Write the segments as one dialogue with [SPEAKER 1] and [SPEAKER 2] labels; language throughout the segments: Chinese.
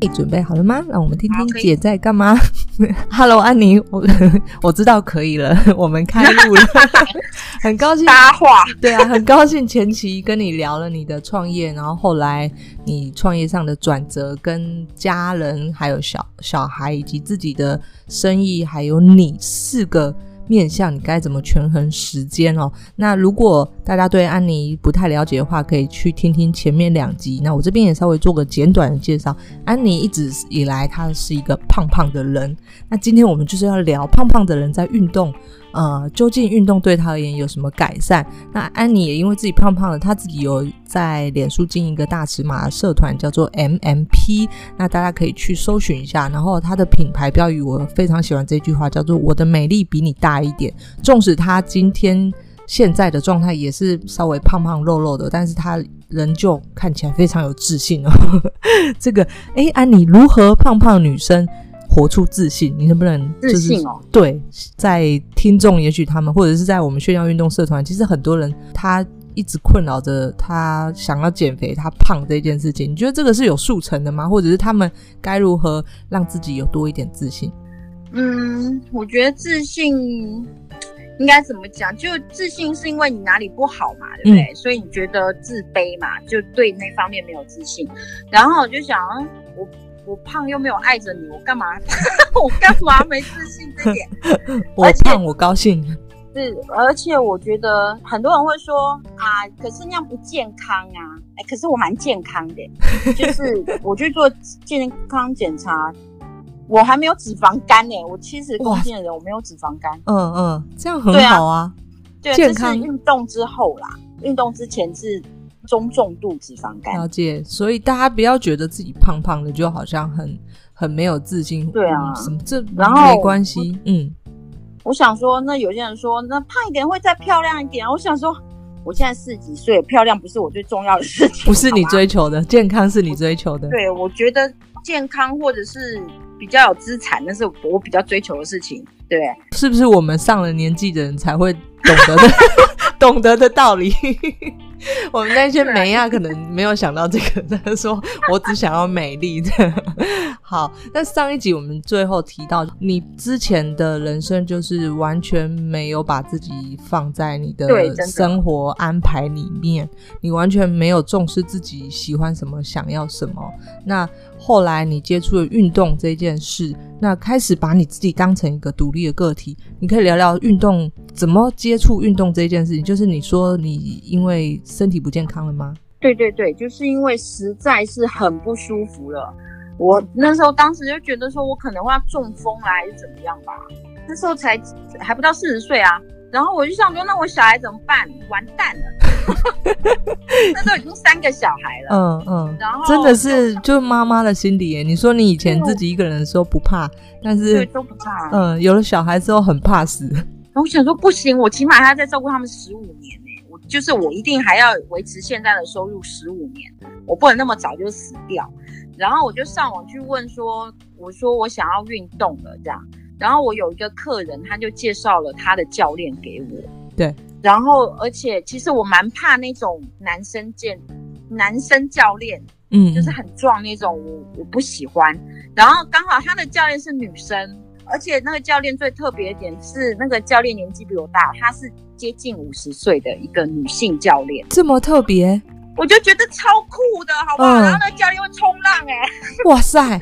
[SPEAKER 1] 你准备好了吗？让我们听
[SPEAKER 2] 好
[SPEAKER 1] 听
[SPEAKER 2] 可以
[SPEAKER 1] 姐在干嘛。Hello，安妮，我 我知道可以了， 我们开录了， 很高兴。
[SPEAKER 2] 搭话，
[SPEAKER 1] 对啊，很高兴前期跟你聊了你的创业，然后后来你创业上的转折，跟家人、还有小小孩以及自己的生意，还有你四个面向，你该怎么权衡时间哦？那如果大家对安妮不太了解的话，可以去听听前面两集。那我这边也稍微做个简短的介绍。安妮一直以来她是一个胖胖的人，那今天我们就是要聊胖胖的人在运动，呃，究竟运动对她而言有什么改善？那安妮也因为自己胖胖的，她自己有在脸书经营一个大尺码的社团，叫做 MMP。那大家可以去搜寻一下。然后她的品牌标语我非常喜欢这句话，叫做“我的美丽比你大一点”。纵使她今天现在的状态也是稍微胖胖肉肉的，但是她仍旧看起来非常有自信哦。 这个，哎，安妮如何胖胖女生活出自信？你能不能就是
[SPEAKER 2] 自信哦，
[SPEAKER 1] 对，在听众也许他们，或者是在我们炫耀运动社团，其实很多人他一直困扰着他想要减肥、他胖这件事情。你觉得这个是有速成的吗？或者是他们该如何让自己有多一点自信？
[SPEAKER 2] 嗯，我觉得自信应该怎么讲？就自信是因为你哪里不好嘛，对不对？所以你觉得自卑嘛，就对那方面没有自信。然后我就想，啊我我胖又没有爱着你，我干嘛？ 我干嘛没自信这点？
[SPEAKER 1] 我
[SPEAKER 2] 而且
[SPEAKER 1] 胖，我高兴。
[SPEAKER 2] 是，而且我觉得很多人会说啊，可是那样不健康啊。哎、可是我蛮健康的， 就是我去做健康检查，我还没有脂肪肝呢、我七十公斤的人，我没有脂肪肝。
[SPEAKER 1] 嗯嗯，这样很
[SPEAKER 2] 对啊
[SPEAKER 1] 好啊。
[SPEAKER 2] 对，
[SPEAKER 1] 健
[SPEAKER 2] 这
[SPEAKER 1] 康
[SPEAKER 2] 是运动之后啦，运动之前是中重度脂肪肝。
[SPEAKER 1] 了解，所以大家不要觉得自己胖胖的就好像很很没有自信。
[SPEAKER 2] 对啊
[SPEAKER 1] 嗯什么这
[SPEAKER 2] 然后
[SPEAKER 1] 没关系。嗯，
[SPEAKER 2] 我想说，那有些人说，那胖一点会再漂亮一点啊。我想说，我现在四十几岁，漂亮不是我最重要的事情。
[SPEAKER 1] 不是你
[SPEAKER 2] 好吗
[SPEAKER 1] 追求的，健康是你追求的。
[SPEAKER 2] 对，我觉得健康或者是比较有资产，那是我比较追求的事情。对，
[SPEAKER 1] 是不是我们上了年纪的人才会懂得 的懂得的道理？我们那些美亚可能没有想到这个，他说我只想要美丽 的。好，那上一集我们最后提到，你之前的人生就是完全没有把自己放在你的
[SPEAKER 2] 对真的
[SPEAKER 1] 生活安排里面，你完全没有重视自己喜欢什么、想要什么。那后来你接触了运动这件事，那开始把你自己当成一个独立的个体，你可以聊聊运动怎么接触运动这件事情。就是你说你因为身体不健康了吗？
[SPEAKER 2] 对对对，就是因为实在是很不舒服了。我那时候当时就觉得说，我可能会要中风啊啦，还是怎么样吧。那时候才还不到四十岁啊，然后我就想说，那我小孩怎么办？完蛋了， 那时候已经三个小孩了。
[SPEAKER 1] 嗯嗯，
[SPEAKER 2] 然后
[SPEAKER 1] 真的是就妈妈的心理耶。你说你以前自己一个人的时候不怕，但
[SPEAKER 2] 对
[SPEAKER 1] 是
[SPEAKER 2] 都不怕。然
[SPEAKER 1] 嗯，有了小孩之后很怕死。
[SPEAKER 2] 后我想说，不行，我起码还要再照顾他们十五年呢、我就是我一定还要维持现在的收入十五年，我不能那么早就死掉。然后我就上网去问说，我说我想要运动了这样。然后我有一个客人，他就介绍了他的教练给我。
[SPEAKER 1] 对。
[SPEAKER 2] 然后，而且其实我蛮怕那种男生健，男生教练
[SPEAKER 1] 嗯，
[SPEAKER 2] 就是很壮那种，我我不喜欢。然后刚好他的教练是女生，而且那个教练最特别的点是，那个教练年纪比我大，她是接近五十岁的一个女性教练，
[SPEAKER 1] 这么特别，
[SPEAKER 2] 我就觉得超酷的，好不好？
[SPEAKER 1] 嗯
[SPEAKER 2] 然后那个教练会冲浪、欸，哎，
[SPEAKER 1] 哇塞！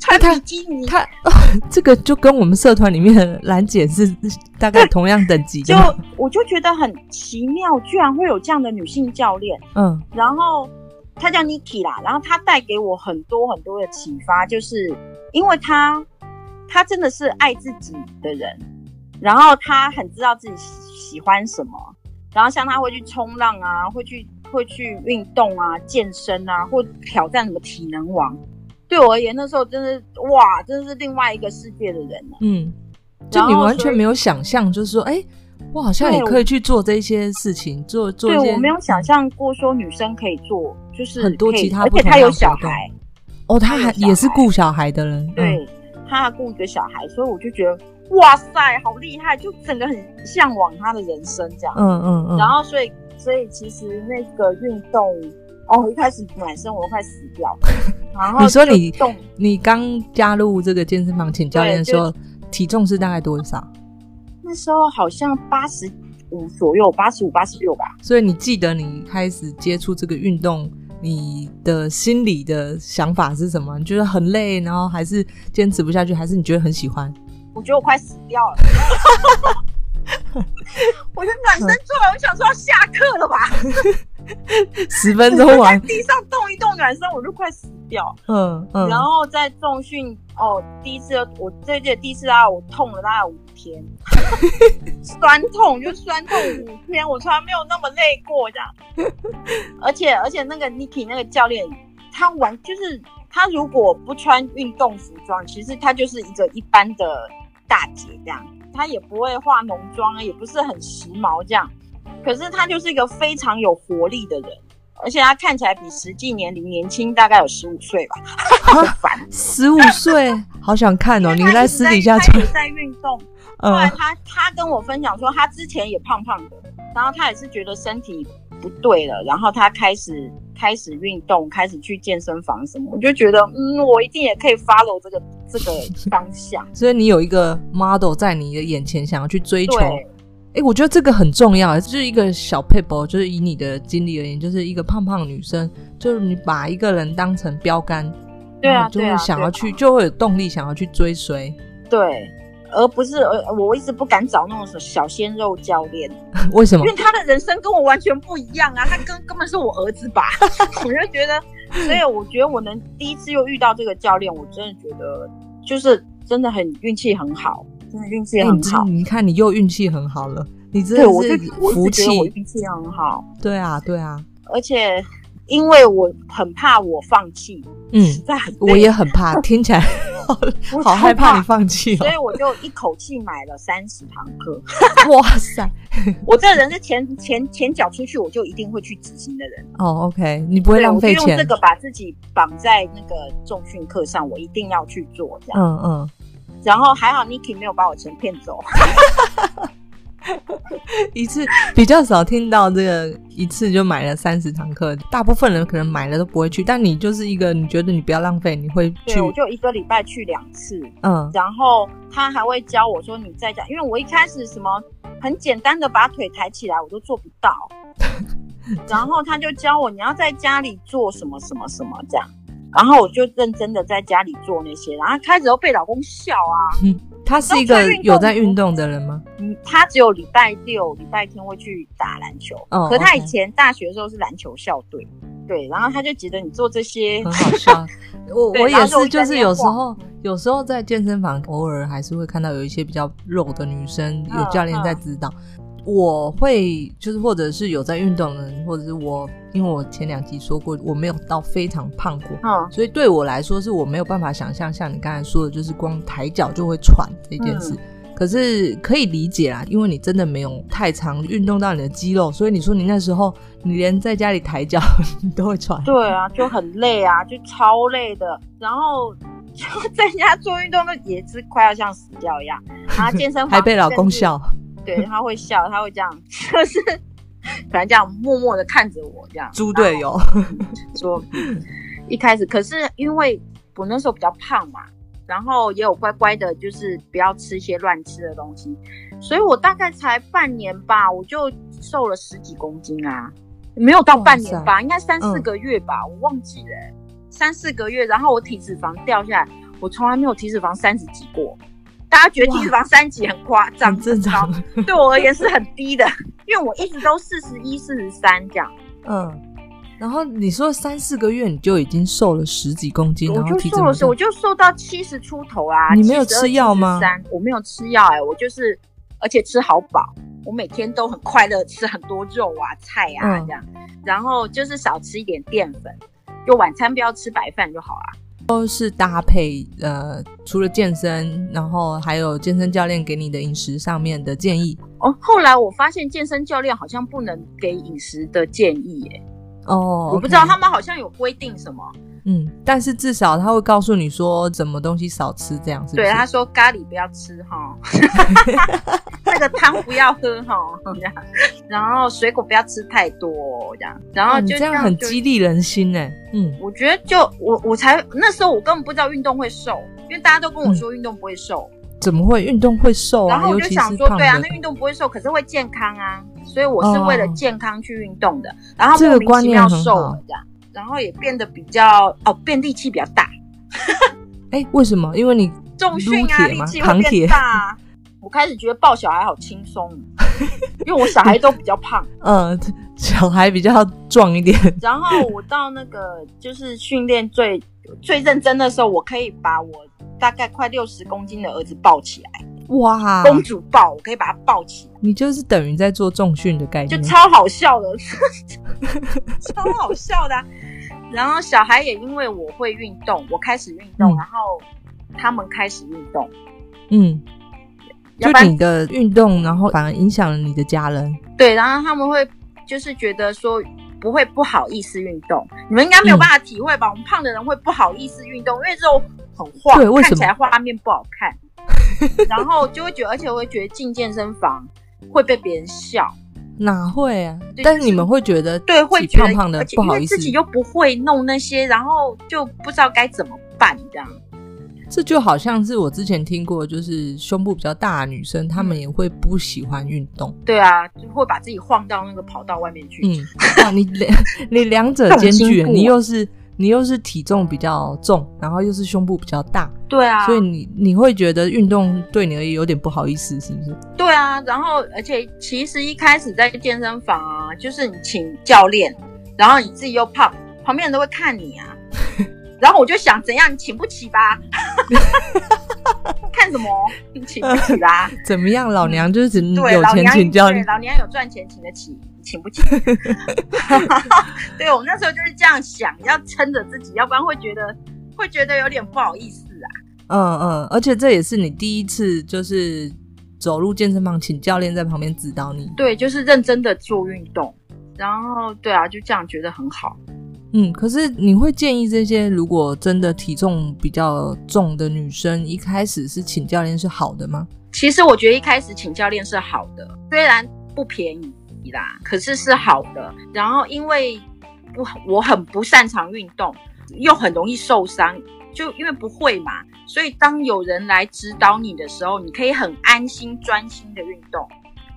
[SPEAKER 2] 穿
[SPEAKER 1] 他
[SPEAKER 2] 比基尼，
[SPEAKER 1] 他、 哦、这个就跟我们社团里面的兰姐是大概同样等级的
[SPEAKER 2] 就
[SPEAKER 1] 吗，
[SPEAKER 2] 我就觉得很奇妙，居然会有这样的女性教练。
[SPEAKER 1] 嗯
[SPEAKER 2] 然后她叫 Niki 啦，然后她带给我很多很多的启发，就是因为她她真的是爱自己的人，然后她很知道自己喜喜欢什么，然后像她会去冲浪啊，会去会去运动啊、健身啊，或挑战什么体能王。对我而言，那时候真是哇，真是另外一个世界的人啊了。
[SPEAKER 1] 嗯，就
[SPEAKER 2] 然
[SPEAKER 1] 你
[SPEAKER 2] 后
[SPEAKER 1] 完
[SPEAKER 2] 所
[SPEAKER 1] 全
[SPEAKER 2] 以
[SPEAKER 1] 没有想象，就是说，哎、我好像
[SPEAKER 2] 对
[SPEAKER 1] 也
[SPEAKER 2] 我
[SPEAKER 1] 可以去做这些事情，做做一
[SPEAKER 2] 对
[SPEAKER 1] 些，
[SPEAKER 2] 我没有想象过说女生可以做，就是
[SPEAKER 1] 很多
[SPEAKER 2] 可以
[SPEAKER 1] 其他
[SPEAKER 2] 而
[SPEAKER 1] 不
[SPEAKER 2] 且
[SPEAKER 1] 同
[SPEAKER 2] 她
[SPEAKER 1] 的
[SPEAKER 2] 有
[SPEAKER 1] 活
[SPEAKER 2] 小
[SPEAKER 1] 动
[SPEAKER 2] 孩，
[SPEAKER 1] 哦，他还
[SPEAKER 2] 有小
[SPEAKER 1] 也是
[SPEAKER 2] 孩
[SPEAKER 1] 顾小孩的人，嗯，
[SPEAKER 2] 对，他还雇一个小孩，所以我就觉得哇塞，好厉害，就整个很向往他的人生这样。
[SPEAKER 1] 嗯嗯嗯，
[SPEAKER 2] 然后所以所以其实那个运动，哦，一开始暖身我都快死掉了，然后
[SPEAKER 1] 你说
[SPEAKER 2] 就
[SPEAKER 1] 你
[SPEAKER 2] 动
[SPEAKER 1] 你刚加入这个健身房，请教练的时候，体重是大概多少？
[SPEAKER 2] 那时候好像八十五左右，八十五、八十六吧。
[SPEAKER 1] 所以你记得你开始接触这个运动，你的心里的想法是什么？你觉得很累，然后还是坚持不下去，还是你觉得很喜欢？
[SPEAKER 2] 我觉得我快死掉了，
[SPEAKER 1] 嗯
[SPEAKER 2] 我就转身出来，我想说要下课了吧，
[SPEAKER 1] 十分钟
[SPEAKER 2] 我在
[SPEAKER 1] 完，
[SPEAKER 2] 地上动一动暖身，我就快死掉。
[SPEAKER 1] 嗯嗯，
[SPEAKER 2] 然后在重训哦，第一次我这届第一次啊，我痛了大概五天，酸痛就酸痛五天，我从来没有那么累过这样。而且而且那个 Niki 那个教练，他完就是他如果不穿运动服装，其实他就是一个一般的大姐这样，他也不会化浓妆啊，也不是很时髦这样。可是他就是一个非常有活力的人，而且他看起来比实际年龄年轻大概有十五岁吧。好烦。
[SPEAKER 1] 十五岁，好想看啊哦！你
[SPEAKER 2] 因为他
[SPEAKER 1] 在
[SPEAKER 2] 一直
[SPEAKER 1] 私底下
[SPEAKER 2] 他
[SPEAKER 1] 穿
[SPEAKER 2] 一，直在运动。后来
[SPEAKER 1] 嗯
[SPEAKER 2] 他他跟我分享说，他之前也胖胖的，然后他也是觉得身体不对了，然后他开始开始运动，开始去健身房什么，我就觉得嗯，我一定也可以 follow 这个这个方向。
[SPEAKER 1] 所以你有一个 model 在你的眼前，想要去追求。
[SPEAKER 2] 对，
[SPEAKER 1] 哎、我觉得这个很重要，就是一个小 paper，就是以你的经历而言，就是一个胖胖女生，就是你把一个人当成标杆，
[SPEAKER 2] 对啊
[SPEAKER 1] 然后就
[SPEAKER 2] 对
[SPEAKER 1] 会
[SPEAKER 2] 啊
[SPEAKER 1] 想要
[SPEAKER 2] 对啊
[SPEAKER 1] 去，就会有动力想要去追随。
[SPEAKER 2] 对。而不是，呃，我一直不敢找那种小鲜肉教练，
[SPEAKER 1] 为什么
[SPEAKER 2] 因为？他的人生跟我完全不一样啊，他 根根本是我儿子吧，我就觉得，所以我觉得我能第一次又遇到这个教练，我真的觉得就是真的很运气很好，真的运气
[SPEAKER 1] 诶你
[SPEAKER 2] 很
[SPEAKER 1] 知
[SPEAKER 2] 好。
[SPEAKER 1] 哎你看你又运气很好了，你真
[SPEAKER 2] 对，
[SPEAKER 1] 的
[SPEAKER 2] 我就是我
[SPEAKER 1] 福
[SPEAKER 2] 一直觉得我
[SPEAKER 1] 气。
[SPEAKER 2] 运气很好，
[SPEAKER 1] 对啊，对啊，
[SPEAKER 2] 而且因为我很怕我放弃，实
[SPEAKER 1] 嗯，
[SPEAKER 2] 在很累
[SPEAKER 1] 我也很怕，听起来好
[SPEAKER 2] 我
[SPEAKER 1] 好
[SPEAKER 2] 超啊
[SPEAKER 1] 害怕你放弃哦
[SPEAKER 2] 所。以我就一口气买了三十堂课。
[SPEAKER 1] 哇塞，
[SPEAKER 2] 我这个人是前前前脚出去，我就一定会去执行的人。
[SPEAKER 1] 哦，OK，你不会
[SPEAKER 2] 对
[SPEAKER 1] 浪费
[SPEAKER 2] 我就用
[SPEAKER 1] 钱
[SPEAKER 2] 这。个把自己绑在那个重训课上，我一定要去做这样。
[SPEAKER 1] 嗯嗯，
[SPEAKER 2] 然后还好 Niki 没有把我钱骗哦走，
[SPEAKER 1] 一次比较少听到这个，一次就买了三十堂课，大部分人可能买了都不会去，但你就是一个，你觉得你不要浪费，你会去
[SPEAKER 2] 对，，我就一个礼拜去两次，
[SPEAKER 1] 嗯
[SPEAKER 2] 然后他还会教我说你在家，因为我一开始什么很简单的把腿抬起来我都做不 到，然后他就教我你要在家里做什么什么什么这样，然后我就认真的在家里做那些，然后开始都被老公笑啊，
[SPEAKER 1] 嗯，他是一个有在运动的人吗？
[SPEAKER 2] 嗯，他只有礼拜六、礼拜天会去打篮球，
[SPEAKER 1] 哦
[SPEAKER 2] 可他以
[SPEAKER 1] OK
[SPEAKER 2] 前大学的时候是篮球校队，对，然后他就觉得你做这些
[SPEAKER 1] 很好笑。我
[SPEAKER 2] 嗯对
[SPEAKER 1] 我
[SPEAKER 2] 然
[SPEAKER 1] 也，
[SPEAKER 2] 后就是
[SPEAKER 1] 就
[SPEAKER 2] 在那
[SPEAKER 1] 是
[SPEAKER 2] 边
[SPEAKER 1] 有时
[SPEAKER 2] 晃
[SPEAKER 1] 候有时候在健身房，偶尔还是会看到有一些比较肉的女生，
[SPEAKER 2] 嗯
[SPEAKER 1] 有教练在指导。我会就是，或者是有在运动的人，或者是我，因为我前两集说过，我没有到非常胖过，
[SPEAKER 2] 嗯
[SPEAKER 1] 所以对我来说，是我没有办法想象像你刚才说的，就是光抬脚就会喘这件
[SPEAKER 2] 嗯
[SPEAKER 1] 事。可是可以理解啦，因为你真的没有太常运动到你的肌肉，所以你说你那时候你连在家里抬脚 你都会喘。
[SPEAKER 2] 对啊，就很累啊，就超累的。然后就在家做运动，那也是快要像死掉 一样。然后健身房
[SPEAKER 1] 还被老公
[SPEAKER 2] 甚至，
[SPEAKER 1] 笑，
[SPEAKER 2] 对，他会笑，他会这样，就是 反正这样默默的看着我这样。
[SPEAKER 1] 猪队友。
[SPEAKER 2] 说嗯一开始，可是因为我那时候比较胖嘛，然后也有乖乖的，就是不要吃一些乱吃的东西，所以我大概才半年吧，我就瘦了十几公斤啊，没有到半年吧，应该三
[SPEAKER 1] 嗯
[SPEAKER 2] 四个月吧，我忘记了、三四个月，然后我体脂肪掉下来，我从来没有体脂肪三十几过。大家觉得体脂肪三十几很夸张，
[SPEAKER 1] 很正常
[SPEAKER 2] 很高，对我而言是很低的，因为我一直都四十一、四十三这样。
[SPEAKER 1] 嗯，然后你说三四个月你就已经瘦了十几公斤，
[SPEAKER 2] 我
[SPEAKER 1] 然后
[SPEAKER 2] 就
[SPEAKER 1] 体
[SPEAKER 2] 瘦
[SPEAKER 1] 重
[SPEAKER 2] 了时候，我就瘦到七十出头啊。
[SPEAKER 1] 你没有吃药吗
[SPEAKER 2] 三，我没有吃药哎、我就是，而且吃好饱，我每天都很快乐，吃很多肉啊、菜啊
[SPEAKER 1] 嗯
[SPEAKER 2] 这样，然后就是少吃一点淀粉，就晚餐不要吃白饭就好啊。
[SPEAKER 1] 都是搭配呃，除了健身，然后还有健身教练给你的饮食上面的建议。
[SPEAKER 2] 哦，后来我发现健身教练好像不能给饮食的建议、耶，欸
[SPEAKER 1] 哦，
[SPEAKER 2] 我不知道他们好像有规定什么，
[SPEAKER 1] 嗯，但是至少他会告诉你说什么东西少吃，这样是不
[SPEAKER 2] 对，
[SPEAKER 1] 是？
[SPEAKER 2] 他说咖喱不要吃哈， 那个汤不要喝哈，这样，然后水果不要吃太多这样，然后
[SPEAKER 1] 哦你
[SPEAKER 2] 就
[SPEAKER 1] 这样很
[SPEAKER 2] 就
[SPEAKER 1] 激励人心呢。嗯
[SPEAKER 2] 我觉得就我我才那时候我根本不知道运动会瘦，因为大家都跟我说运动不会瘦，
[SPEAKER 1] 怎么会运动会瘦
[SPEAKER 2] 然
[SPEAKER 1] 啊？
[SPEAKER 2] 后
[SPEAKER 1] 嗯
[SPEAKER 2] 我
[SPEAKER 1] 尤
[SPEAKER 2] 就
[SPEAKER 1] 其
[SPEAKER 2] 想
[SPEAKER 1] 是
[SPEAKER 2] 说，
[SPEAKER 1] 胖
[SPEAKER 2] 对啊，
[SPEAKER 1] 的
[SPEAKER 2] 那，运动不会瘦，可是会健康啊，所以我是为了
[SPEAKER 1] 哦
[SPEAKER 2] 健康去运动的，然后
[SPEAKER 1] 这个
[SPEAKER 2] 莫名
[SPEAKER 1] 观
[SPEAKER 2] 其
[SPEAKER 1] 念
[SPEAKER 2] 妙
[SPEAKER 1] 很
[SPEAKER 2] 瘦
[SPEAKER 1] 好
[SPEAKER 2] 了这样，然后也变得比较哦，变力气比较大，
[SPEAKER 1] 哎，为什么？因为你
[SPEAKER 2] 重训啊，
[SPEAKER 1] 撸铁
[SPEAKER 2] 力
[SPEAKER 1] 吗
[SPEAKER 2] 气
[SPEAKER 1] 扛
[SPEAKER 2] 会
[SPEAKER 1] 铁
[SPEAKER 2] 变大、啊。 我开始觉得抱小孩好轻松，因为我小孩都比较胖。
[SPEAKER 1] 呃 小孩比较壮一点，
[SPEAKER 2] 然后我到那个就是训练最最认真的时候，我可以把我大概快六十公斤的儿子抱起来，
[SPEAKER 1] 哇，
[SPEAKER 2] 公主抱，我可以把他抱起来，
[SPEAKER 1] 你就是等于在做重训的概
[SPEAKER 2] 就
[SPEAKER 1] 念。
[SPEAKER 2] 超好 笑的，超好笑的啊、然后小孩也因为我会运动，我开始运动，
[SPEAKER 1] 嗯
[SPEAKER 2] 然后他们开始运动，
[SPEAKER 1] 嗯，就
[SPEAKER 2] 要不然
[SPEAKER 1] 你的运动，然后反而影响了你的家人。
[SPEAKER 2] 对，然后他们会就是觉得说不会不好意思运动，你们应该没有
[SPEAKER 1] 嗯
[SPEAKER 2] 办法体会吧？我们胖的人会不好意思运动，因为肉很晃，
[SPEAKER 1] 对为什
[SPEAKER 2] 看起
[SPEAKER 1] 么
[SPEAKER 2] 来画面不好 看，然后就会觉得，而且我会觉得进健身房会被别人笑，
[SPEAKER 1] 哪会啊？
[SPEAKER 2] 对
[SPEAKER 1] 但是
[SPEAKER 2] 就
[SPEAKER 1] 你
[SPEAKER 2] 是
[SPEAKER 1] 们会觉得
[SPEAKER 2] 对，会
[SPEAKER 1] 自己
[SPEAKER 2] 觉得
[SPEAKER 1] 胖胖的
[SPEAKER 2] 而且
[SPEAKER 1] 不
[SPEAKER 2] 因
[SPEAKER 1] 好
[SPEAKER 2] 为
[SPEAKER 1] 意思
[SPEAKER 2] 自，己又不会弄那些，然后就不知道该怎么办这样。
[SPEAKER 1] 这就好像是我之前听过，就是胸部比较大的女生，她们也会不喜欢运动。
[SPEAKER 2] 对啊，就会把自己晃到那个跑道外面去。
[SPEAKER 1] 嗯，哇，你两你两者兼具，
[SPEAKER 2] 这种进步啊
[SPEAKER 1] 你又是你又是体重比较重，然后又是胸部比较大，
[SPEAKER 2] 对啊，
[SPEAKER 1] 所以你你会觉得运动对你而言有点不好意思，是不是？
[SPEAKER 2] 对啊，然后而且其实一开始在健身房啊，就是你请教练，然后你自己又胖，旁边人都会看你 啊。然后我就想，怎样你请不起吧？看什么？你请不起 啦？
[SPEAKER 1] 怎么样，老娘就是只
[SPEAKER 2] 嗯对，
[SPEAKER 1] 有
[SPEAKER 2] 老
[SPEAKER 1] 钱
[SPEAKER 2] 娘
[SPEAKER 1] 请教
[SPEAKER 2] 对
[SPEAKER 1] 练。
[SPEAKER 2] 老娘有赚钱，请得起，你请 不起。对我那时候就是这样想，要撑着自己，要不然会觉得会觉得有点不好意思啊。
[SPEAKER 1] 嗯嗯，而且这也是你第一次就是走入健身房，请教练在旁边指导你。
[SPEAKER 2] 对，就是认真的做运动，然后对啊，就这样觉得很好。
[SPEAKER 1] 嗯，可是你会建议这些如果真的体重比较重的女生，一开始是请教练是好的吗？
[SPEAKER 2] 其实我觉得一开始请教练是好的，虽然不便宜啦，可是是好的。然后因为不我很不擅长运动，又很容易受伤，就因为不会嘛，所以当有人来指导你的时候，你可以很安心专心的运动。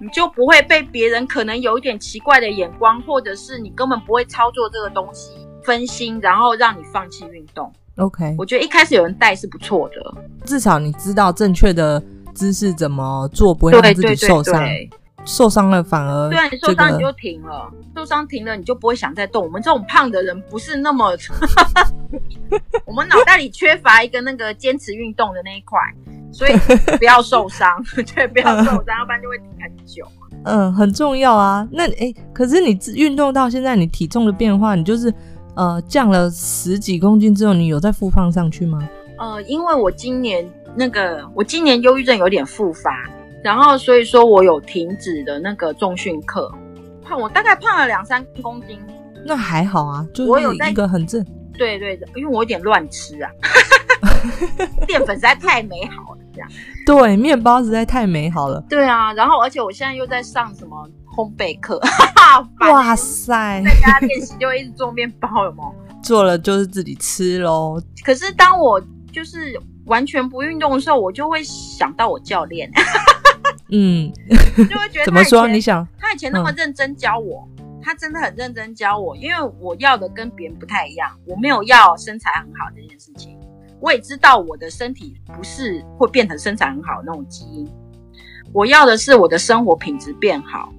[SPEAKER 2] 你就不会被别人可能有一点奇怪的眼光，或者是你根本不会操作这个东西分心，然后让你放弃运动。
[SPEAKER 1] OK，
[SPEAKER 2] 我觉得一开始有人带是不错的，
[SPEAKER 1] 至少你知道正确的姿势怎么做，不会
[SPEAKER 2] 对
[SPEAKER 1] 让自
[SPEAKER 2] 对
[SPEAKER 1] 己受
[SPEAKER 2] 对
[SPEAKER 1] 伤。
[SPEAKER 2] 对。
[SPEAKER 1] 受伤了反而
[SPEAKER 2] 对啊，你受
[SPEAKER 1] 这
[SPEAKER 2] 伤你就
[SPEAKER 1] 个
[SPEAKER 2] 停了，受伤停了你就不会想再动。我们这种胖的人不是那么， 我们脑袋里缺乏一个那个坚持运动的那一块，所以不要受伤， 对，不要受伤，要不然就会停很久。
[SPEAKER 1] 嗯很重要啊。那诶，可是你自运动到现在，你体重的变化，你就是呃降了十几公斤之后，你有再复胖上去吗？
[SPEAKER 2] 呃，因为我今年那个，我今年忧郁症有点复发，然后所以说我有停止了那个重训课，胖我大概胖了两三公斤。
[SPEAKER 1] 那还好啊，就
[SPEAKER 2] 我有在
[SPEAKER 1] 是一个很正。
[SPEAKER 2] 对对，因为我有点乱吃啊， 淀粉实在太美好了，这样。
[SPEAKER 1] 对，面包实在太美好了。
[SPEAKER 2] 对啊，然后而且我现在又在上什么烘焙课， 哈哈，烦
[SPEAKER 1] 哇塞，
[SPEAKER 2] 在家练习就一直做面包，有没有？
[SPEAKER 1] 做了就是自己吃喽。
[SPEAKER 2] 可是当我就是完全不运动的时候，我就会想到我教练，
[SPEAKER 1] 嗯，
[SPEAKER 2] 就会觉得
[SPEAKER 1] 怎么
[SPEAKER 2] 他以
[SPEAKER 1] 说？
[SPEAKER 2] 前
[SPEAKER 1] 你想，
[SPEAKER 2] 他以前那么认真教我，他真的很认真教我，因为我要的跟别人不太一样，我没有要身材很好这件事情，我也知道我的身体不是会变成身材很好那种基因，我要的是我的生活品质变好，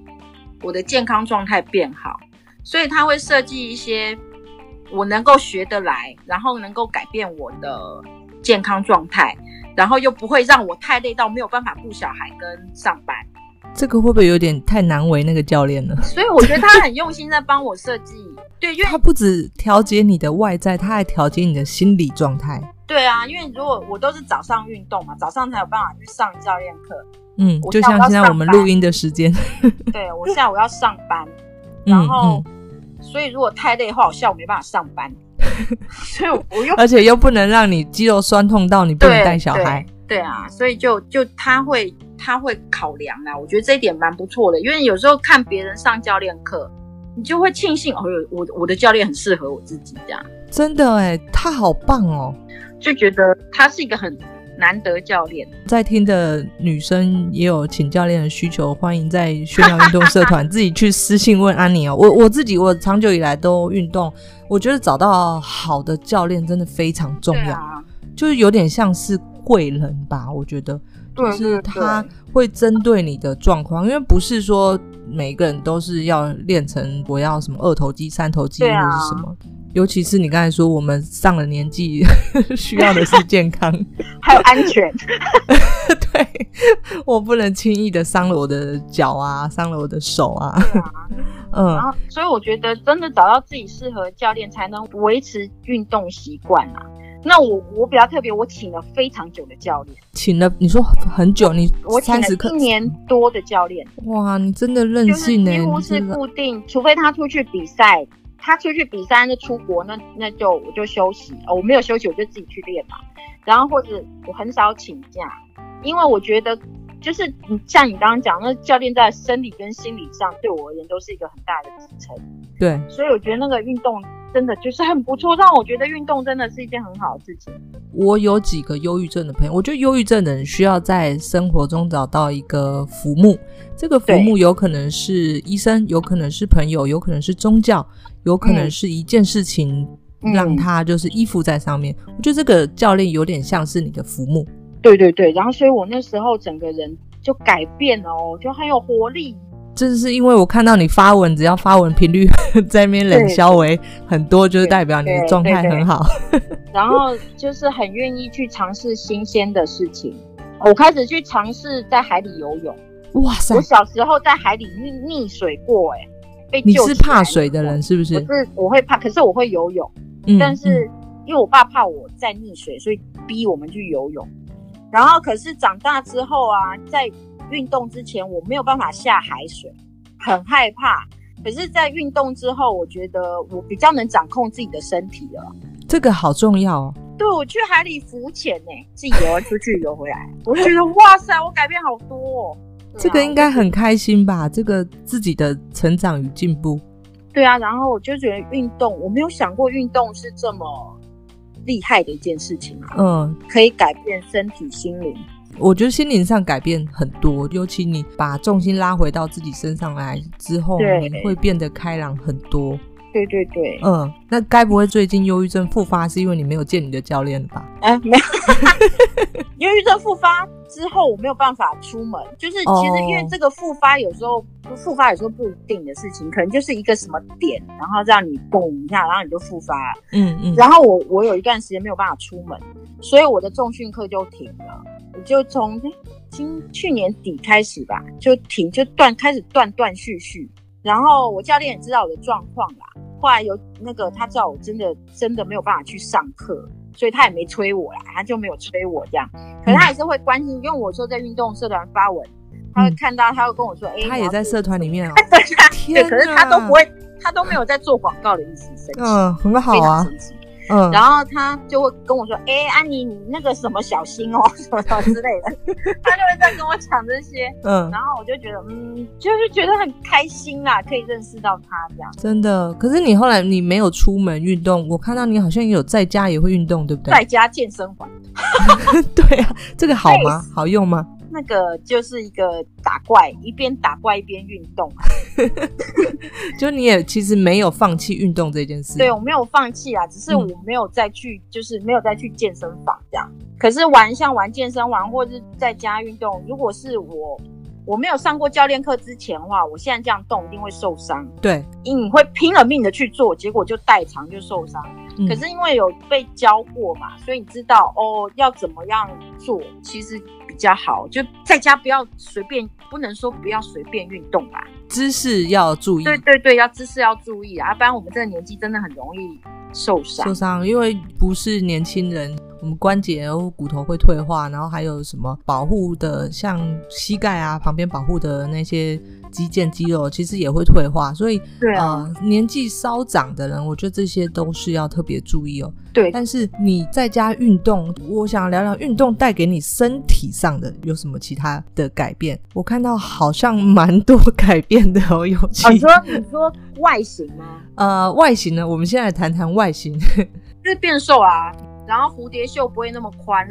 [SPEAKER 2] 我的健康状态变好，所以他会设计一些我能够学得来，然后能够改变我的健康状态。然后又不会让我太累到没有办法顾小孩跟上班，
[SPEAKER 1] 这个会不会有点太难为那个教练了？
[SPEAKER 2] 所以我觉得他很用心在帮我设计。对，因 为
[SPEAKER 1] 他不止调节你的外在，他还调节你的心理状态。
[SPEAKER 2] 对啊，因为如果我都是早上运动嘛，早上才有办法去上教练 课。
[SPEAKER 1] 嗯，
[SPEAKER 2] 我
[SPEAKER 1] 就
[SPEAKER 2] 下午
[SPEAKER 1] 像
[SPEAKER 2] 要
[SPEAKER 1] 现在
[SPEAKER 2] 上
[SPEAKER 1] 我们
[SPEAKER 2] 班
[SPEAKER 1] 录音的时 间，
[SPEAKER 2] 对我下午要上班，
[SPEAKER 1] 嗯
[SPEAKER 2] 然后
[SPEAKER 1] 嗯，
[SPEAKER 2] 所以如果太累的话，我下午没办法上班。所以我我又
[SPEAKER 1] 而且又不能让你肌肉酸痛到呃你不能
[SPEAKER 2] 对
[SPEAKER 1] 带小孩。
[SPEAKER 2] 对啊，所以就就他会他会考量啦，我觉得这一点蛮不错的，因为有时候看别人上教练课，你就会庆幸哦，有我我的教练很适合我自己这样，
[SPEAKER 1] 真的哎，他好棒哦！
[SPEAKER 2] 就觉得他是一个很难得教练。
[SPEAKER 1] 在听的女生也有请教练的需求，欢迎在炫耀运动社团自己去私信问安妮哦。我我自己我长久以来都运动，我觉得找到好的教练真的非常重
[SPEAKER 2] 对
[SPEAKER 1] 要，
[SPEAKER 2] 啊，
[SPEAKER 1] 就是有点像是贵人吧，我觉得。
[SPEAKER 2] 对
[SPEAKER 1] 就是
[SPEAKER 2] 对
[SPEAKER 1] 他会针对你的状况，因为不是说每个人都是要练成我要什么二头肌、三头肌或
[SPEAKER 2] 对啊
[SPEAKER 1] 是什么。尤其是你刚才说我们上了年纪， 需要的是健康。
[SPEAKER 2] 还有安全，
[SPEAKER 1] 对 我不能轻易的伤了我的脚啊，伤了我的手啊。嗯
[SPEAKER 2] 然，后所以我觉得真的找到自己适合的教练，才能维持运动习惯啊。那我我比较特别，我请了非常久的教练，
[SPEAKER 1] 请了你说很久，你
[SPEAKER 2] 我请
[SPEAKER 1] 三
[SPEAKER 2] 了
[SPEAKER 1] 十克
[SPEAKER 2] 一，年多的教练，
[SPEAKER 1] 哇，你真的任
[SPEAKER 2] 就是
[SPEAKER 1] 性呢、欸
[SPEAKER 2] 几
[SPEAKER 1] 你
[SPEAKER 2] 乎是
[SPEAKER 1] 真的
[SPEAKER 2] 固定，除非他出去比赛，他出去比赛那出国那那就我就休息，哦，我没有休息我就自己去练嘛。然后或者我很少请假，因为我觉得就是你像你刚刚讲，那教练在生理跟心理上对我而言都是一个很大的支撑，
[SPEAKER 1] 对，
[SPEAKER 2] 所以我觉得那个运动真的就是很不错，让我觉得运动真的是一件很好的事情。
[SPEAKER 1] 我有几个忧郁症的朋友，我觉得忧郁症的人需要在生活中找到一个浮木，这个浮木有可能是医生，有可能是朋友，有可能是宗教，有可能是一件事情，
[SPEAKER 2] 嗯
[SPEAKER 1] 让他就是依附在上面。我觉得这个教练有点像是你的浮木，
[SPEAKER 2] 对对对，然后所以我那时候整个人就改变了哦，就很有活力。
[SPEAKER 1] 这是因为我看到你发文，只要发文频率 在那边冷消为很多，就是代表你的状态很好。
[SPEAKER 2] 然后就是很愿意去尝试新鲜的事情。我开始去尝试在海里游泳。
[SPEAKER 1] 哇塞
[SPEAKER 2] 我，小时候在海里溺溺水过、欸，被
[SPEAKER 1] 你
[SPEAKER 2] 救
[SPEAKER 1] 是
[SPEAKER 2] 起来
[SPEAKER 1] 怕水的人是不
[SPEAKER 2] 那
[SPEAKER 1] 是
[SPEAKER 2] 种？？我是我会怕，可是我会游泳，
[SPEAKER 1] 嗯
[SPEAKER 2] 但是因为我爸怕我在溺水，所以逼我们去游泳。然后可是长大之后啊，在运动之前我没有办法下海水，很害怕。可是，在运动之后，我觉得我比较能掌控自己的身体了。
[SPEAKER 1] 嗯这个好重要哦。
[SPEAKER 2] 对，啊我去海里浮潜呢、自己游出去游回来，我就觉得哇塞，我改变好多、哦。对啊
[SPEAKER 1] 这个应该很开心吧？这个自己的成长与进步，
[SPEAKER 2] 对啊，然后我就觉得运动，我没有想过运动是这么厉害的一件事情啊，
[SPEAKER 1] 嗯，
[SPEAKER 2] 可以改变身体心灵。
[SPEAKER 1] 我觉得心灵上改变很多，尤其你把重心拉回到自己身上来之后，
[SPEAKER 2] 对
[SPEAKER 1] 你会变得开朗很多。
[SPEAKER 2] 对对对，
[SPEAKER 1] 嗯，那该不会最近忧郁症复发是因为你没有见你的教练了吧？
[SPEAKER 2] 哎、没有， 忧郁症复发之后，我没有办法出门，就是
[SPEAKER 1] 哦
[SPEAKER 2] 其实因为这个复发有时候复发有时候不一定的事情，可能就是一个什么点，然后让你蹦一下，然后你就复发了。
[SPEAKER 1] 嗯嗯，
[SPEAKER 2] 然后我我有一段时间没有办法出门，所以我的重训课就停了。我就从诶今去年底开始吧，就停就断开始断断续续。然后我教练也知道我的状况啦，后来有那个他知道我真的真的没有办法去上课，所以他也没催我啦，他就没有催我这样。可是他还是会关心，因为我说在运动社团发文，他会
[SPEAKER 1] 嗯
[SPEAKER 2] 看到，他会跟我说，哎、
[SPEAKER 1] 他也在社团里面哦。
[SPEAKER 2] 对啊，对，
[SPEAKER 1] 天
[SPEAKER 2] 可是他都
[SPEAKER 1] 哪
[SPEAKER 2] 不会，他都没有在做广告的意思，神奇，
[SPEAKER 1] 嗯，很好
[SPEAKER 2] 非常
[SPEAKER 1] 啊，
[SPEAKER 2] 神奇。
[SPEAKER 1] 嗯，
[SPEAKER 2] 然后他就会跟我说：“哎、安妮，你那个什么小心哦， 什么什么之类的。” 他就会在跟我讲这些，
[SPEAKER 1] 嗯，
[SPEAKER 2] 然后我就觉得，嗯，就是觉得很开心啦，可以认识到他这样。
[SPEAKER 1] 真的。可是你后来你没有出门运动，我看到你好像也有在家也会运动，对不对？
[SPEAKER 2] 在家健身环，
[SPEAKER 1] 对啊，这个好吗？好用吗？
[SPEAKER 2] 那个就是一个打怪，一边打怪一边运动
[SPEAKER 1] 嗯
[SPEAKER 2] 啊。
[SPEAKER 1] 就你也其实没有放弃运动这件事，
[SPEAKER 2] 对我哦没有放弃啊，只是
[SPEAKER 1] 嗯
[SPEAKER 2] 我没有再去，就是没有再去健身房这样。可是玩像玩健身玩或者是在家运动，如果是我我没有上过教练课之前的话，我现在这样动一定会受伤。
[SPEAKER 1] 对，
[SPEAKER 2] 你会拼了命的去做，结果就代偿就受伤。
[SPEAKER 1] 嗯
[SPEAKER 2] 可是因为有被教过嘛，所以你知道哦要怎么样做，其实比较好。就在家不要随便，不能说不要随便运动吧。
[SPEAKER 1] 姿势要注意
[SPEAKER 2] 对对对，要姿势要注啊意啊，不然我们这个年纪真的很容易受伤
[SPEAKER 1] 受。伤，因为不是年轻人。我们关节或骨头会退化，然后还有什么保护的，像膝盖啊旁边保护的那些肌腱、肌肉，其实也会退化。所以，
[SPEAKER 2] 对啊，
[SPEAKER 1] 呃，年纪稍长的人，我觉得这些都是要特别注意哦。
[SPEAKER 2] 对
[SPEAKER 1] 但是你在家运动，我想聊聊运动带给你身体上的有什么其他的改变？我看到好像蛮多改变的哦，尤其、
[SPEAKER 2] 哦，你说你说外形吗？
[SPEAKER 1] 呃外形呢，我们现在来谈谈外形。
[SPEAKER 2] 就是变瘦啊，然后蝴蝶袖不会那么 宽，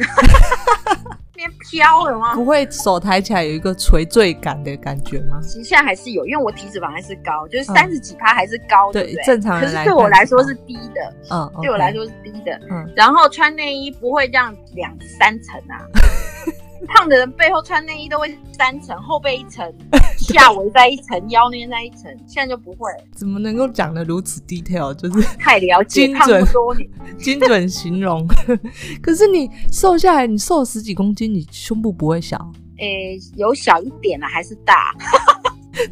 [SPEAKER 2] 变飘了吗？
[SPEAKER 1] 不会手抬起来有一个垂坠感的感觉吗？
[SPEAKER 2] 其实现在还是有，因为我体脂肪还是高，就是
[SPEAKER 1] 嗯
[SPEAKER 2] 三十几趴还是高，对
[SPEAKER 1] 对
[SPEAKER 2] 不，对？
[SPEAKER 1] 正常
[SPEAKER 2] 可
[SPEAKER 1] 人
[SPEAKER 2] 是
[SPEAKER 1] 来
[SPEAKER 2] 对我
[SPEAKER 1] 看
[SPEAKER 2] 来说是低的，
[SPEAKER 1] 嗯，
[SPEAKER 2] 对我
[SPEAKER 1] OK
[SPEAKER 2] 来说是低的。
[SPEAKER 1] 嗯
[SPEAKER 2] 然后穿内衣不会这样两三层 啊，胖的人背后穿内衣都会三层，后背 一层，下围在一层，腰捏在一层，现在就不会了，
[SPEAKER 1] 怎么能够讲得如此 detail，就是
[SPEAKER 2] 太了解
[SPEAKER 1] 精
[SPEAKER 2] 胖
[SPEAKER 1] 准
[SPEAKER 2] 不多年。
[SPEAKER 1] 精准形容。 可是你瘦下来，你瘦十几公斤，你胸部不会小，
[SPEAKER 2] 诶，有小一点啊，还是 大？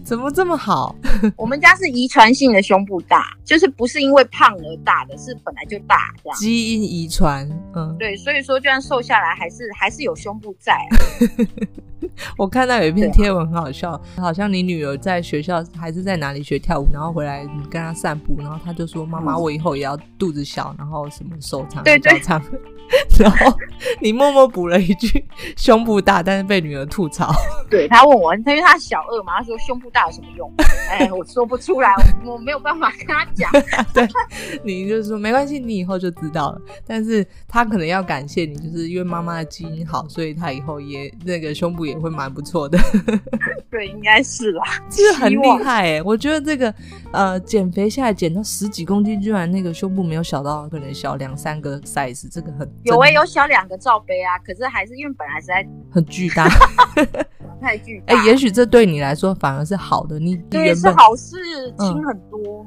[SPEAKER 1] 怎么这么好？
[SPEAKER 2] 我们家是遗传性的胸部大，就是不是因为胖而大的，是本来就大这样。
[SPEAKER 1] 基因遗传，嗯，
[SPEAKER 2] 对，所以说就算瘦下来，还是还是有胸部在、啊。
[SPEAKER 1] 我看到有一篇
[SPEAKER 2] 对啊
[SPEAKER 1] 贴文很好笑，好像你女儿在学校还是在哪里学跳舞，然后回来你跟她散步，然后她就说：“妈妈，
[SPEAKER 2] 嗯
[SPEAKER 1] 我以后也要肚子小，然后什么手长
[SPEAKER 2] 对
[SPEAKER 1] 脚
[SPEAKER 2] 对
[SPEAKER 1] 长。” 然后你默默补了一句“胸部大”，但是被女儿吐槽。
[SPEAKER 2] 对他问我，他因为他小二嘛，他说胸部大有什么 用？哎，我说不出来，我我没有办法跟他讲。
[SPEAKER 1] 你就说没关系，你以后就知道了。但是她可能要感谢你，就是因为妈妈的基因好，所以她以后也那个胸部也会蛮不错的。
[SPEAKER 2] 对，应该是啦。
[SPEAKER 1] 这很
[SPEAKER 2] 希
[SPEAKER 1] 厉
[SPEAKER 2] 望
[SPEAKER 1] 害哎、我觉得这个呃，减肥下来减到十几公斤，居然那个胸部没有小到可能小两三个 size，这个很
[SPEAKER 2] 有哎、
[SPEAKER 1] 真的
[SPEAKER 2] 有小两个罩杯啊，可是还是因为本来实在
[SPEAKER 1] 很巨 大
[SPEAKER 2] 太巨大。
[SPEAKER 1] 哎、也许这对你来说反而是好的，你你
[SPEAKER 2] 对，
[SPEAKER 1] 原
[SPEAKER 2] 是
[SPEAKER 1] 本
[SPEAKER 2] 好事，
[SPEAKER 1] 嗯
[SPEAKER 2] 轻很多。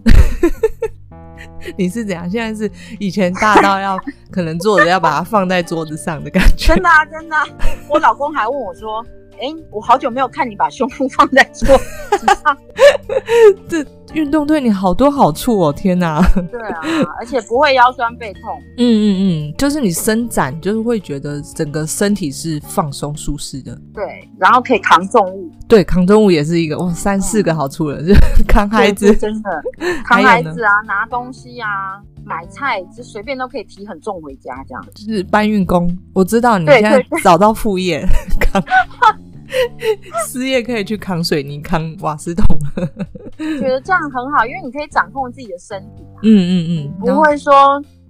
[SPEAKER 1] 你是怎样？现在是以前大到要可能坐着要把它放在桌子上的感觉
[SPEAKER 2] 真，的啊，真 的啊、我老公还问我说：“哎、我好久没有看你把胸部放在 桌子上。
[SPEAKER 1] 这运动对你好多好处哦，天 哪！”
[SPEAKER 2] 对啊，而且不会腰酸背痛。
[SPEAKER 1] 嗯嗯嗯，就是你伸展，就是会觉得整个身体是放松舒适的。
[SPEAKER 2] 对，然后可以扛重物，
[SPEAKER 1] 对，扛重物也是一个哇，三四个好处了，就是 扛孩
[SPEAKER 2] 对
[SPEAKER 1] 子
[SPEAKER 2] 对，真的
[SPEAKER 1] 还
[SPEAKER 2] 扛
[SPEAKER 1] 有呢
[SPEAKER 2] 孩子啊，拿东西啊，买菜就随便都可以提很重回家这样。
[SPEAKER 1] 就是搬运工，我知道你
[SPEAKER 2] 对
[SPEAKER 1] 现在找到副业，扛失业可以去扛水泥、扛瓦斯桶。
[SPEAKER 2] 觉得这样很好，因为你可以掌控自己的身体，
[SPEAKER 1] 嗯嗯嗯，然后
[SPEAKER 2] 不会说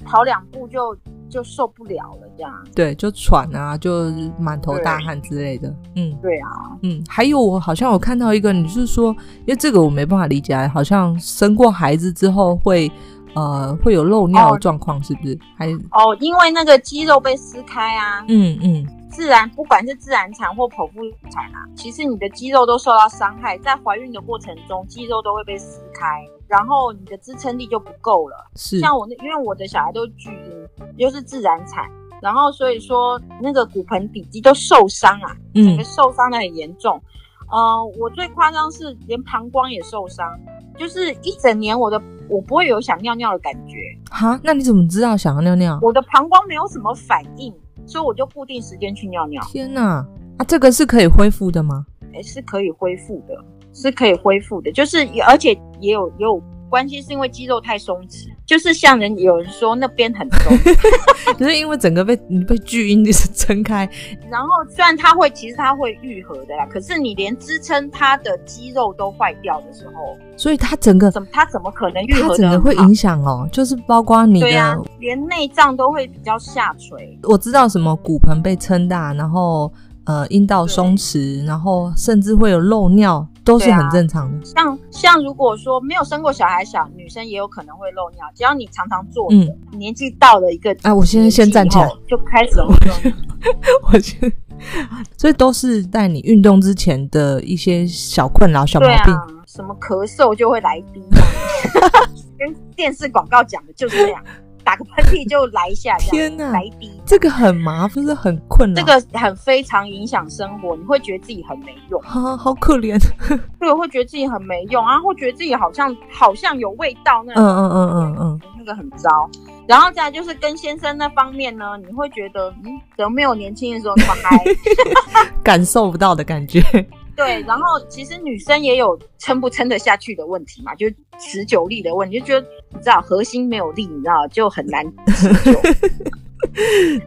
[SPEAKER 2] 跑两步就就受不了了这样。
[SPEAKER 1] 对，就喘啊，就满头大汗之类的。嗯
[SPEAKER 2] 对啊，
[SPEAKER 1] 嗯，还有我好像有看到一个，你是说，因为这个我没办法理解，啊好像生过孩子之后会呃会有漏尿的
[SPEAKER 2] 哦
[SPEAKER 1] 状况，是不是？还
[SPEAKER 2] 哦，因为那个肌肉被撕开啊，
[SPEAKER 1] 嗯嗯
[SPEAKER 2] 自然不管是自然产或剖腹产啊，其实你的肌肉都受到伤害，在怀孕的过程中，肌肉都会被撕开，然后你的支撑力就不够了。
[SPEAKER 1] 是
[SPEAKER 2] 像我那，因为我的小孩都是巨婴，又是自然产，然后所以说那个骨盆底肌都受伤啊，整
[SPEAKER 1] 嗯
[SPEAKER 2] 个受伤的很严重。呃，我最夸张是连膀胱也受伤，就是一整年我的我不会有想尿尿的感觉，
[SPEAKER 1] 哈，那你怎么知道想要尿尿？
[SPEAKER 2] 我的膀胱没有什么反应，所以我就固定时间去尿尿，
[SPEAKER 1] 天哪！啊，这个是可以恢复的吗？
[SPEAKER 2] 哎，是可以恢复的，是可以恢复的，就是也而且也有也有关系，是因为肌肉太松弛，就是像人有人说那边很 松，
[SPEAKER 1] 可是因为整个被你被巨婴就是撑开，
[SPEAKER 2] 然后虽然它会，其实它会愈合的啦，可是你连支撑它的肌肉都坏掉的时候，
[SPEAKER 1] 所以它整个
[SPEAKER 2] 怎么它怎么可能愈
[SPEAKER 1] 它
[SPEAKER 2] 合
[SPEAKER 1] 整
[SPEAKER 2] 的
[SPEAKER 1] 个会影响哦，就是包括你的，
[SPEAKER 2] 对啊，连内脏都会比较下垂，
[SPEAKER 1] 我知道什么骨盆被撑大，然后呃阴道松弛，然后甚至会有漏尿，都是
[SPEAKER 2] 对啊
[SPEAKER 1] 很正常的。
[SPEAKER 2] 像像如果说没有生过小孩小女生也有可能会漏尿，只要你常常坐着，
[SPEAKER 1] 嗯，
[SPEAKER 2] 年纪到了一个
[SPEAKER 1] 啊我现在先站起来
[SPEAKER 2] 年纪以后就开始有漏尿
[SPEAKER 1] 我觉得，所以都是在你运动之前的一些小困扰、小毛
[SPEAKER 2] 对
[SPEAKER 1] 病。
[SPEAKER 2] 啊，什么咳嗽就会来一 滴，跟电视广告讲的就是这样，打个喷嚏就来一下这样，
[SPEAKER 1] 天哪
[SPEAKER 2] 来一滴。
[SPEAKER 1] 这个很麻烦，就是很困扰。
[SPEAKER 2] 这个很非常影响生活，你会觉得自己很没用，
[SPEAKER 1] 啊，好可怜。
[SPEAKER 2] 对，会觉得自己很没用，然后会觉得自己好像好像有味道那
[SPEAKER 1] 嗯
[SPEAKER 2] 种，
[SPEAKER 1] 嗯嗯嗯嗯，
[SPEAKER 2] 那个很糟。然后再来就是跟先生那方面呢，你会觉得，嗯，怎么没有年轻的时候那么嗨？
[SPEAKER 1] 感受不到的感觉。
[SPEAKER 2] 对，然后其实女生也有撑不撑得下去的问题嘛，就是持久力的问题，就觉得你知道核心没有力，你知道就很难持久。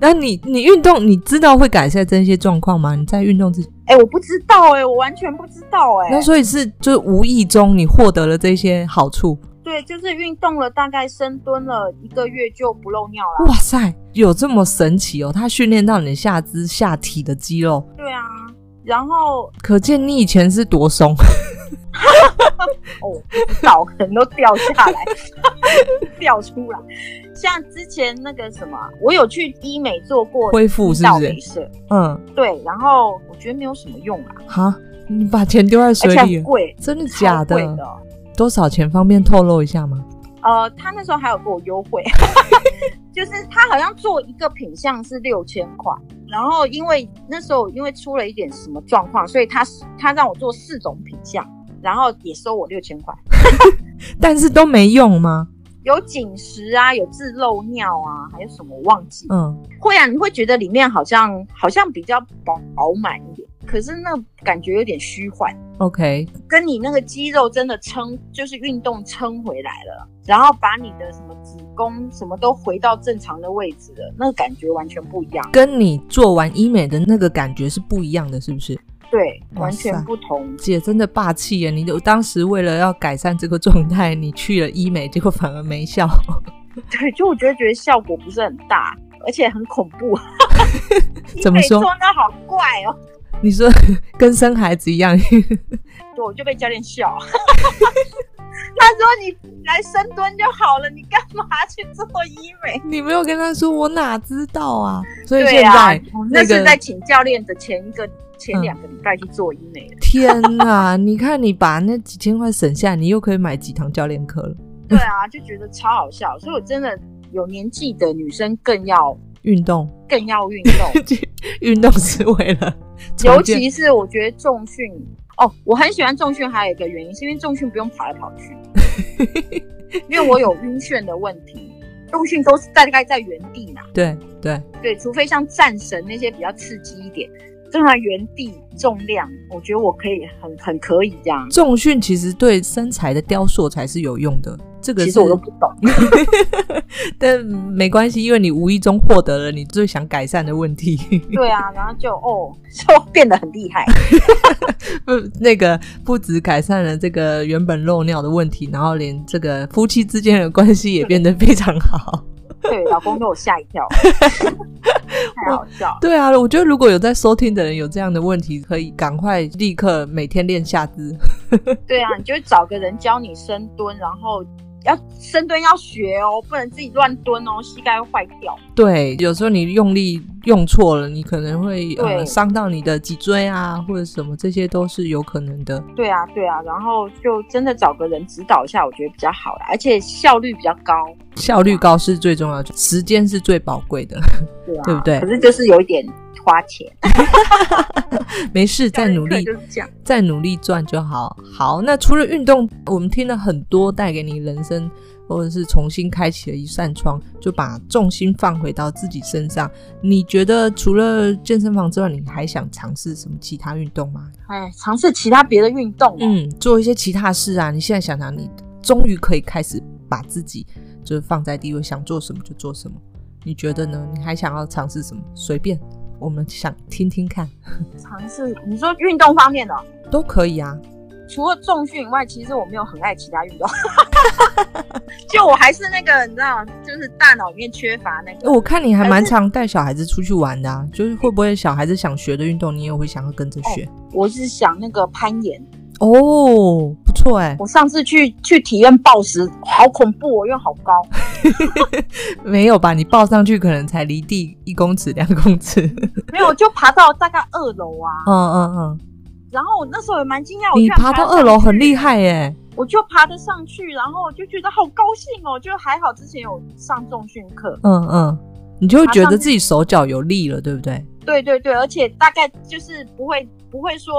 [SPEAKER 1] 那你你运动，你知道会改善这些状况吗？你在运动之
[SPEAKER 2] 哎、我不知道哎、我完全不知道哎、
[SPEAKER 1] 那所以是就是无意中你获得了这些好处。
[SPEAKER 2] 对，就是运动了，大概深蹲了一个月就不漏尿了。
[SPEAKER 1] 哇塞，有这么神奇哦！它训练到你的下肢下体的肌肉，
[SPEAKER 2] 对啊，然后
[SPEAKER 1] 可见你以前是多松。
[SPEAKER 2] 哦， 澡可能都掉下来， 掉出来。像之前那个什么，我有去医美做过
[SPEAKER 1] 恢复是
[SPEAKER 2] 阴道
[SPEAKER 1] 不是
[SPEAKER 2] 镭射，
[SPEAKER 1] 嗯，
[SPEAKER 2] 对，然后我觉得没有什么用啊，
[SPEAKER 1] 哈，你把钱丢在
[SPEAKER 2] 而
[SPEAKER 1] 水
[SPEAKER 2] 且
[SPEAKER 1] 里
[SPEAKER 2] 很
[SPEAKER 1] 了，
[SPEAKER 2] 贵，
[SPEAKER 1] 真的假
[SPEAKER 2] 超
[SPEAKER 1] 的？
[SPEAKER 2] 贵的。
[SPEAKER 1] 多少钱？方便透露一下吗？
[SPEAKER 2] 呃，他那时候还有给我优惠， 就是他好像做一个品相是六千块，然后因为那时候因为出了一点什么状况，所以他他让我做四种品相，然后也收我六千块，
[SPEAKER 1] 但是都没用吗？
[SPEAKER 2] 有紧实啊，有治漏尿啊，还有什么我忘记了。
[SPEAKER 1] 嗯，
[SPEAKER 2] 会啊，你会觉得里面好像好像比较饱饱满一点，可是那感觉有点虚幻，
[SPEAKER 1] OK，
[SPEAKER 2] 跟你那个肌肉真的撑，就是运动撑回来了，然后把你的什么子宫什么都回到正常的位置了，那个感觉完全不一样，
[SPEAKER 1] 跟你做完医美的那个感觉是不一样的，是不是？
[SPEAKER 2] 对，
[SPEAKER 1] 哇
[SPEAKER 2] 完
[SPEAKER 1] 塞
[SPEAKER 2] 全不同。
[SPEAKER 1] 姐真的霸气耶！你就当时为了要改善这个状态，你去了医美，结果反而没效。
[SPEAKER 2] 对，就我觉得觉得效果不是很大，而且很恐怖。
[SPEAKER 1] 怎么说
[SPEAKER 2] 你每做那好怪哦，
[SPEAKER 1] 你说跟生孩子一样，
[SPEAKER 2] 对，我就被教练笑。 他说：“你来深蹲就好了，你干嘛去做医美？”
[SPEAKER 1] 你没有跟他说，我哪知道啊？所以
[SPEAKER 2] 对
[SPEAKER 1] 现
[SPEAKER 2] 啊
[SPEAKER 1] 在、
[SPEAKER 2] 那
[SPEAKER 1] 个嗯
[SPEAKER 2] 是在请教练的前一个、前两个礼拜去做医美的。
[SPEAKER 1] 天哪！ 你看你把那几千块省下，你又可以买几堂教练课了。
[SPEAKER 2] 对啊，就觉得超好笑，所以我真的有年纪的女生更要
[SPEAKER 1] 运动，
[SPEAKER 2] 更要运动，
[SPEAKER 1] 运动是为了
[SPEAKER 2] 尤
[SPEAKER 1] 重建
[SPEAKER 2] 其是我觉得重训哦，我很喜欢重训，还有一个原因是因为重训不用跑来 跑去，因为我有晕眩的问题，重训都是大概在原地嘛，
[SPEAKER 1] 对对，
[SPEAKER 2] 对，除非像战神那些比较刺激一点，正常原地重量，我觉得我可以很很可以这样，
[SPEAKER 1] 重训其实对身材的雕塑才是有用的。这个
[SPEAKER 2] 其
[SPEAKER 1] 是
[SPEAKER 2] 实我都不懂。
[SPEAKER 1] 但没关系，因为你无意中获得了你最想改善的问题。
[SPEAKER 2] 对啊，然后就哦，就 变得很厉害。
[SPEAKER 1] 不， 那个不止改善了这个原本漏尿的问题，然后连这个夫妻之间的关系也变得非常好。
[SPEAKER 2] 对，老公被我吓一跳，太好笑了。
[SPEAKER 1] 对啊，我觉得如果有在收听的人有这样的问题，可以赶快立刻每天练下肢。
[SPEAKER 2] 对啊，你就找个人教你深蹲，然后要深蹲要学哦，不能自己乱蹲哦，膝盖会坏掉。
[SPEAKER 1] 对，有时候你用力用错了，你可能会呃
[SPEAKER 2] 对
[SPEAKER 1] 伤到你的脊椎啊，或者什么，这些都是有可能的。
[SPEAKER 2] 对啊，对啊，然后就真的找个人指导一下，我觉得比较好啦，而且效率比较高，
[SPEAKER 1] 效率高是最重要的，时间是最宝贵的。
[SPEAKER 2] 对啊，
[SPEAKER 1] 对不对
[SPEAKER 2] 可是就是有一点花钱，
[SPEAKER 1] 没事，再努力，
[SPEAKER 2] 就是这样。
[SPEAKER 1] 再努力赚就好。好，那除了运动，我们听了很多带给你人生或者是重新开启了一扇窗，就把重心放回到自己身上。你觉得除了健身房之外，你还想尝试什么其他运动吗？
[SPEAKER 2] 哎，尝试其他别的运动、哦，
[SPEAKER 1] 嗯，做一些其他事啊。你现在想想，你终于可以开始把自己就是放在第一位，想做什么就做什么。你觉得呢？你还想要尝试什么？随便，我们想听听看，
[SPEAKER 2] 尝试你说运动方面的哦、
[SPEAKER 1] 都可以啊。
[SPEAKER 2] 除了重训以外，其实我没有很爱其他 运动，就我还是那个你知道，就是大脑里面缺乏那
[SPEAKER 1] 欸
[SPEAKER 2] 个。
[SPEAKER 1] 我看你还蛮
[SPEAKER 2] 还是
[SPEAKER 1] 常带小孩子出去玩的、啊，就是会不会小孩子想学的运动，你也会想要
[SPEAKER 2] 哦
[SPEAKER 1] 跟着学？
[SPEAKER 2] 我是想那个攀岩，
[SPEAKER 1] 哦，不错哎、
[SPEAKER 2] 我上次去去体验暴食，好恐怖哦，因为好高。
[SPEAKER 1] 没有吧？你抱上去可能才离地一公尺、两公尺。
[SPEAKER 2] 没有，就爬到大概二楼啊。
[SPEAKER 1] 嗯嗯嗯，
[SPEAKER 2] 然后我那时候也蛮惊讶，我居
[SPEAKER 1] 你
[SPEAKER 2] 然
[SPEAKER 1] 爬
[SPEAKER 2] 得
[SPEAKER 1] 到
[SPEAKER 2] 上
[SPEAKER 1] 二楼很
[SPEAKER 2] 去
[SPEAKER 1] 厉，害耶、
[SPEAKER 2] 我就爬得上去，然后我就觉得好高兴哦，就还好之前有上重训课，
[SPEAKER 1] 嗯嗯，你就会觉得自己手脚有力了，对不对？
[SPEAKER 2] 对对对，而且大概就是不会不会说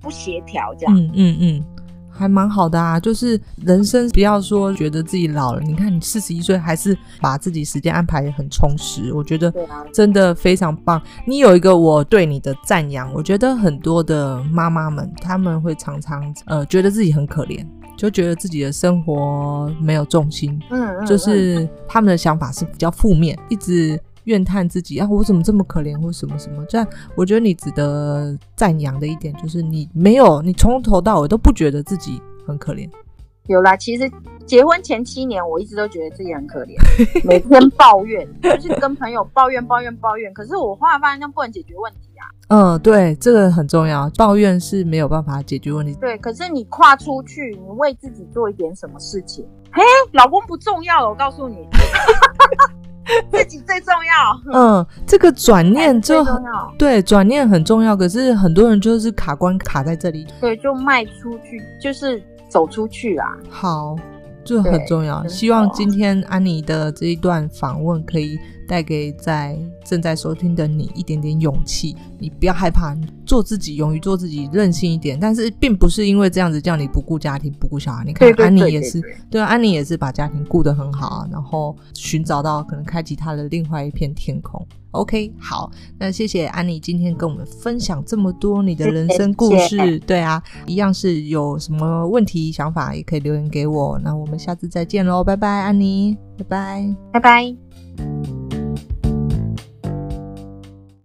[SPEAKER 2] 不协调这样。
[SPEAKER 1] 嗯嗯嗯，还蛮好的啊，就是人生不要说觉得自己老了，你看你四十一岁还是把自己时间安排得很充实，我觉得
[SPEAKER 2] 对啊，
[SPEAKER 1] 真的非常棒。你有一个我对你的赞扬，我觉得很多的妈妈们，她们会常常呃觉得自己很可怜，就觉得自己的生活没有重心，
[SPEAKER 2] 嗯，嗯
[SPEAKER 1] 就是他们的想法是比较负面，一直怨叹自己啊，我怎么这么可怜，或什么什么。这样，我觉得你值得赞扬的一点就是你没有，你从头到尾都不觉得自己很可怜。
[SPEAKER 2] 有啦，其实结婚前七年，我一直都觉得自己很可怜， 每天抱 怨，就是跟朋友抱怨、抱怨、抱怨。可是我后来发现，那不能解决问题啊。
[SPEAKER 1] 嗯，对，这个很重要，抱怨是没有办法解决问题。
[SPEAKER 2] 对，可是你跨出去，你为自己做一点什么事情，嘿，老公不重要了，我告诉你， 自己最重要，
[SPEAKER 1] 嗯，这个转念
[SPEAKER 2] 最
[SPEAKER 1] 就很
[SPEAKER 2] 重要。
[SPEAKER 1] 对，转念很重要。可是很多人就是卡关卡在这里，
[SPEAKER 2] 对，就迈出去，就是走出去啊。
[SPEAKER 1] 好，这很重要。
[SPEAKER 2] 对
[SPEAKER 1] 希望今天安妮的这一段访问可以带给在正在收听的你一点点勇气。你不要害怕，做自己，勇于做自己，任性一点。但是并不是因为这样子叫你不顾家庭、不顾小孩。你看
[SPEAKER 2] 对对
[SPEAKER 1] 安妮
[SPEAKER 2] 对
[SPEAKER 1] 也
[SPEAKER 2] 对
[SPEAKER 1] 是，
[SPEAKER 2] 对
[SPEAKER 1] 对啊，安妮也是把家庭顾得很好啊，然后寻找到可能开启她的另外一片天空。OK，好，那谢谢安妮今天跟我们分享这么多你的人生故事。
[SPEAKER 2] 谢谢
[SPEAKER 1] 对啊，一样是有什么问题、想法也可以留言给我。那我们下次再见喽，拜拜，安妮，拜拜。
[SPEAKER 2] 拜拜。